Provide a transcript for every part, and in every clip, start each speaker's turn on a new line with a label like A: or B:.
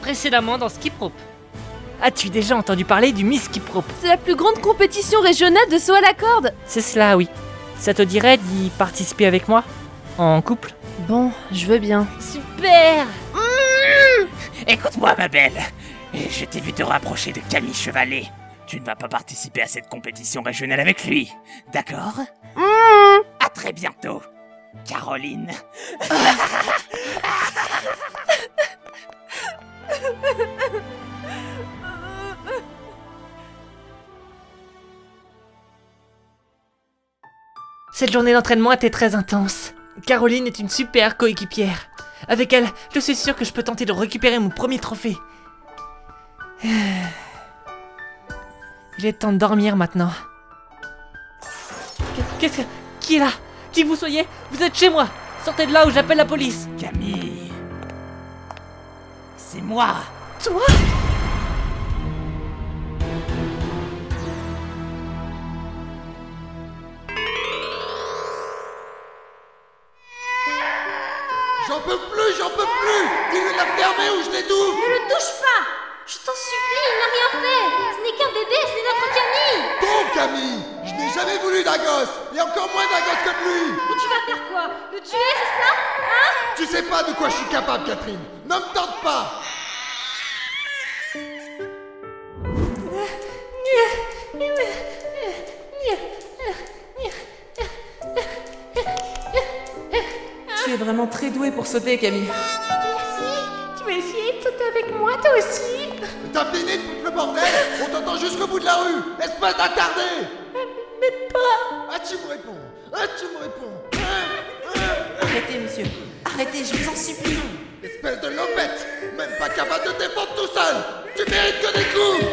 A: précédemment dans Skip Rope.
B: As-tu déjà entendu parler du Miss Skip Rope
C: C'est la plus grande compétition régionale de saut à la corde
B: C'est cela, oui. Ça te dirait d'y participer avec moi En couple
C: Bon, je veux bien. Super
D: Écoute-moi, ma belle. Et je t'ai vu te rapprocher de Camille Chevalet. Tu ne vas pas participer à cette compétition régionale avec lui, d'accord À très bientôt, Caroline.
B: Cette journée d'entraînement était très intense. Caroline est une super coéquipière. Avec elle, je suis sûr que je peux tenter de récupérer mon premier trophée. Il est temps de dormir maintenant. Qu'est-ce que... Qui est là Qui que vous soyez, vous êtes chez moi Sortez de là ou j'appelle la police
D: Camille. C'est moi.
B: Toi
E: J'en peux plus, j'en peux plus Dis-lui de la fermer ou je l'étouffe
F: Ne le touche pas Je t'en supplie, il n'a rien fait Ce n'est qu'un bébé, c'est notre Camille
E: Bon, Camille Je n'ai jamais voulu d'un gosse Et encore moins d'un gosse comme lui
F: Mais tu vas faire quoi Le tuer, c'est ça Hein
E: Tu sais pas de quoi je suis capable, Catherine Ne me tente pas
G: Tu es vraiment très douée pour sauter, Camille.
F: Merci Tu vas essayer de sauter avec moi, toi aussi
E: T'as fini de foutre le bordel On t'entend jusqu'au bout de la rue Espèce d'attardé
F: Mais pas
E: Ah, tu me réponds Ah, tu me réponds Ah, ah,
G: Arrêtez, monsieur. Arrêtez, je vous en supplie.
E: ah. Espèce de lopette Même pas capable de te défendre tout seul Tu mérites que des coups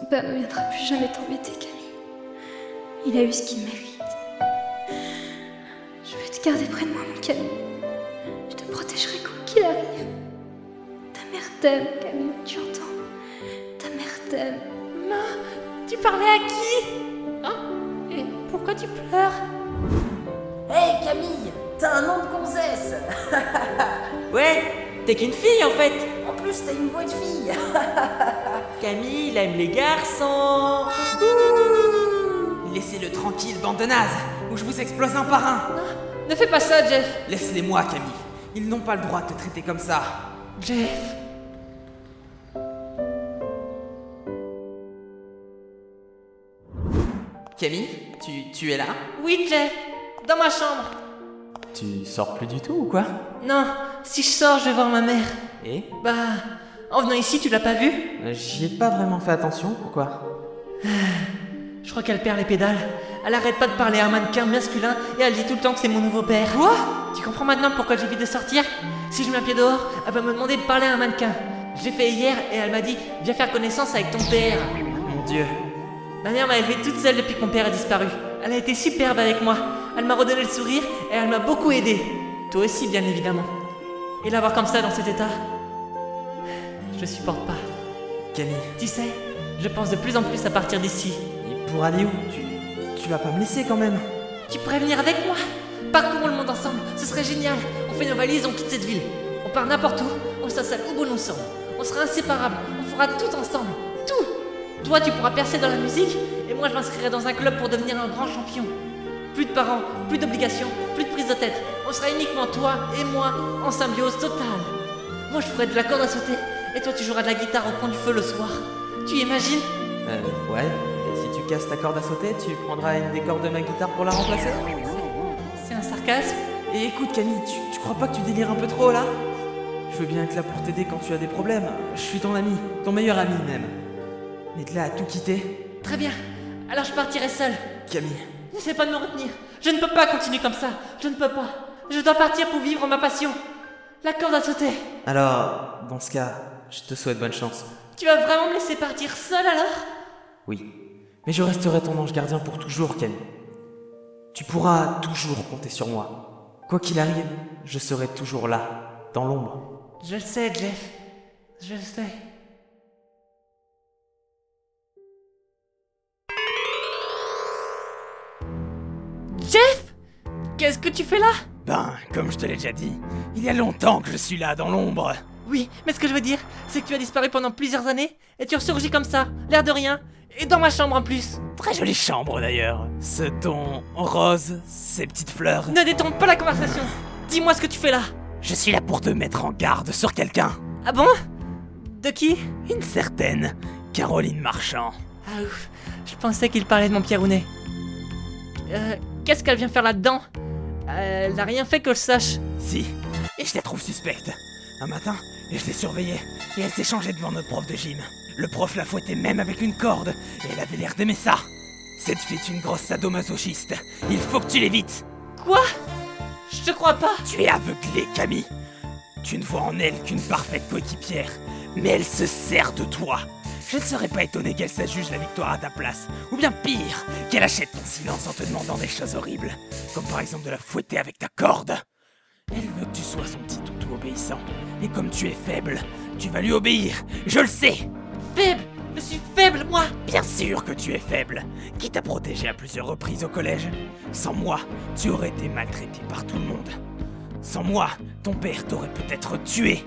H: Ton père ne viendra plus jamais t'embêter, Camille. Il a eu ce qu'il mérite. Je vais te garder près de moi, mon Camille. Je te protégerai quoi qu'il arrive. Ta mère t'aime, Camille, tu entends Ta mère t'aime.
F: Tu parlais à qui Hein Et pourquoi tu pleures
I: Hé Camille, t'as un nom de gonzesse
G: Ouais, t'es qu'une fille en fait.
I: En plus, t'as une voix de fille
G: Camille il aime les garçons. Ouh. Laissez-le tranquille, bande de nazes, ou je vous explose un par un.
A: Ne fais pas ça, Jeff
G: Laisse-les-moi, Camille. Ils n'ont pas le droit de te traiter comme ça.
A: Jeff
G: Camille, tu, tu es là
A: Oui, Jeff Dans ma chambre
J: Tu sors plus du tout ou quoi
A: Non, si je sors, je vais voir ma mère.
J: Et
A: Bah, en venant ici, tu l'as pas vue
J: Euh, Eh J'y ai pas vraiment fait attention, pourquoi
A: Je crois qu'elle perd les pédales. Elle arrête pas de parler à un mannequin masculin et elle dit tout le temps que c'est mon nouveau père. Quoi Tu comprends maintenant pourquoi j'évite de sortir Si je mets un pied dehors, elle va me demander de parler à un mannequin. J'ai fait hier et elle m'a dit Viens faire connaissance avec ton père.
J: Mon dieu.
A: Ma mère m'a élevée toute seule depuis que mon père a disparu. Elle a été superbe avec moi. Elle m'a redonné le sourire et elle m'a beaucoup aidé. Toi aussi, bien évidemment. Et l'avoir comme ça dans cet état, je supporte pas.
J: Camille,
A: Tu sais, je pense de plus en plus à partir d'ici.
J: et pour aller où tu, tu vas pas me laisser quand même
A: Tu pourrais venir avec moi Parcourons le monde ensemble, ce serait génial On fait nos valises, on quitte cette ville. On part n'importe où, on s'installe où bon nous sommes. On sera inséparables, on fera tout ensemble, tout Toi, tu pourras percer dans la musique, et moi, je m'inscrirai dans un club pour devenir un grand champion. Plus de parents, plus d'obligations, plus de prise de tête. On sera uniquement toi et moi en symbiose totale. Moi, je ferai de la corde à sauter, et toi, tu joueras de la guitare au coin du feu le soir. Tu imagines
J: Euh, ouais. Et si tu casses ta corde à sauter, tu prendras une des cordes de ma guitare pour la remplacer
A: C'est un sarcasme
G: Et écoute, Camille, tu, tu crois pas que tu délires un peu trop là Je veux bien être là pour t'aider quand tu as des problèmes. Je suis ton ami, ton meilleur ami même. Mais de là à tout quitter,
A: Très bien, alors je partirai seule.
G: Camille.
A: N'essaie pas de me retenir. Je ne peux pas continuer comme ça. Je ne peux pas. Je dois partir pour vivre ma passion. La corde a sauté.
J: Alors, dans ce cas, je te souhaite bonne chance.
A: Tu vas vraiment me laisser partir seule alors
J: Oui. Mais je resterai ton ange gardien pour toujours, Camille. Tu pourras toujours compter sur moi. Quoi qu'il arrive, je serai toujours là, dans l'ombre.
A: Je le sais, Jeff. Je le sais. Jeff Qu'est-ce que tu fais là
D: Ben, comme je te l'ai déjà dit, il y a longtemps que je suis là, dans l'ombre.
A: Oui, mais ce que je veux dire, c'est que tu as disparu pendant plusieurs années et tu ressurgis comme ça, l'air de rien, et dans ma chambre en plus.
D: Très jolie chambre d'ailleurs. Ce ton rose, ces petites fleurs.
A: Ne détourne pas la conversation. Dis-moi ce que tu fais là.
D: Je suis là pour te mettre en garde sur quelqu'un.
A: Ah bon De qui
D: Une certaine Caroline Marchand.
A: Ah ouf, je pensais qu'il parlait de mon Pierrounet. Euh, qu'est-ce qu'elle vient faire là-dedans euh, Elle n'a rien fait que je sache.
D: Si, et je la trouve suspecte. Un matin, je l'ai surveillée, et elle s'est changée devant notre prof de gym. Le prof la fouettait même avec une corde, et elle avait l'air d'aimer ça. Cette fille est une grosse sadomasochiste. Il faut que tu l'évites.
A: Quoi Je te crois pas.
D: Tu es aveuglé, Camille. Tu ne vois en elle qu'une parfaite coéquipière, mais elle se sert de toi. Je ne serais pas étonné qu'elle s'adjuge la victoire à ta place, ou bien pire, qu'elle achète ton silence en te demandant des choses horribles, comme par exemple de la fouetter avec ta corde. Elle veut que tu sois son petit toutou obéissant, et comme tu es faible, tu vas lui obéir, je le sais.
A: Faible Je suis faible, moi
D: Bien sûr que tu es faible, qui t'a protégé à plusieurs reprises au collège. Sans moi, tu aurais été maltraité par tout le monde. Sans moi, ton père t'aurait peut-être tué.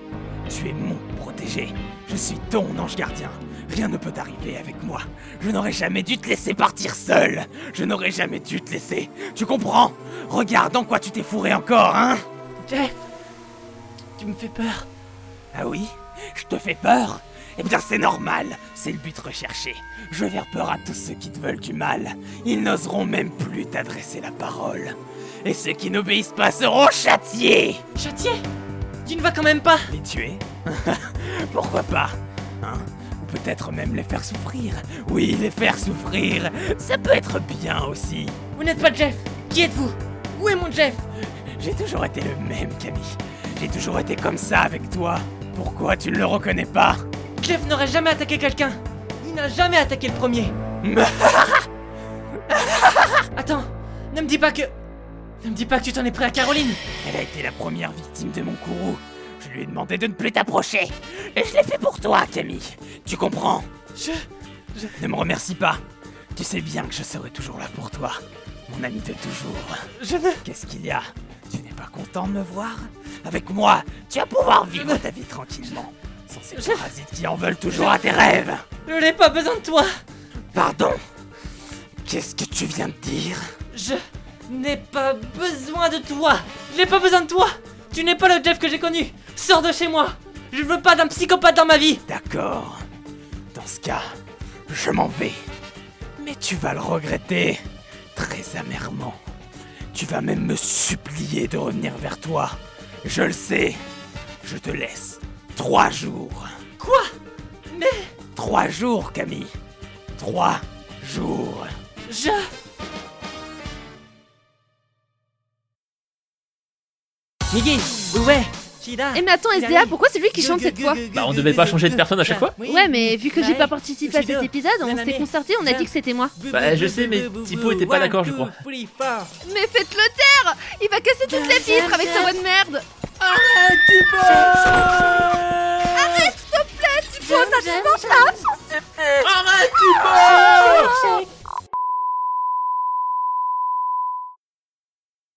D: Tu es mon protégé. Je suis ton ange gardien. Rien ne peut t'arriver avec moi. Je n'aurais jamais dû te laisser partir seul. Je n'aurais jamais dû te laisser. Tu comprends Regarde en quoi tu t'es fourré encore, hein
A: Jeff Tu me fais peur.
D: Ah oui Je te fais peur eh bien, c'est normal, c'est le but recherché. Je vais faire peur à tous ceux qui te veulent du mal. Ils n'oseront même plus t'adresser la parole. Et ceux qui n'obéissent pas seront châtiés
A: Châtiés Tu ne vas quand même pas
D: Les tuer Pourquoi pas hein Ou peut-être même les faire souffrir. Oui, les faire souffrir, ça peut être bien aussi.
A: Vous n'êtes pas Jeff Qui êtes-vous Où est mon Jeff
D: J'ai toujours été le même, Camille. J'ai toujours été comme ça avec toi. Pourquoi tu ne le reconnais pas
A: Jeff n'aurait jamais attaqué quelqu'un. Il n'a jamais attaqué le premier. Attends, ne me dis pas que... Ne me dis pas que tu t'en es pris à Caroline.
D: Elle a été la première victime de mon courroux. Je lui ai demandé de ne plus t'approcher. Et je l'ai fait pour toi, Camille. Tu comprends
A: je... je...
D: Ne me remercie pas. Tu sais bien que je serai toujours là pour toi. Mon ami de toujours.
A: Je ne...
D: Qu'est-ce qu'il y a Tu n'es pas content de me voir Avec moi, tu vas pouvoir vivre ta vie tranquillement sont ces je... parasites qui en veulent toujours à tes rêves
A: Je n'ai pas besoin de toi
D: Pardon Qu'est-ce que tu viens de dire
A: Je n'ai pas besoin de toi Je n'ai pas besoin de toi Tu n'es pas le Jeff que j'ai connu Sors de chez moi Je ne veux pas d'un psychopathe dans ma vie
D: D'accord. Dans ce cas, je m'en vais. Mais tu vas le regretter très amèrement. Tu vas même me supplier de revenir vers toi. Je le sais. Je te laisse Trois jours.
A: Quoi Mais...
D: Trois jours, Camille. Trois jours.
A: Je... Miggy, ouais, Chida.
C: Et Eh, mais attends, SDA, pourquoi c'est lui qui chante cette fois
K: Bah, on devait pas changer de personne à chaque fois
C: Ouais, mais vu que
A: Bah,
C: j'ai pas participé à cet épisode, on s'était concerté, on a dit que c'était moi.
K: Bah, je sais, mais Tipo était pas d'accord, je crois.
C: Mais faites-le taire Il va casser toutes les vitres avec sa voix de merde
L: Arrête, Tipo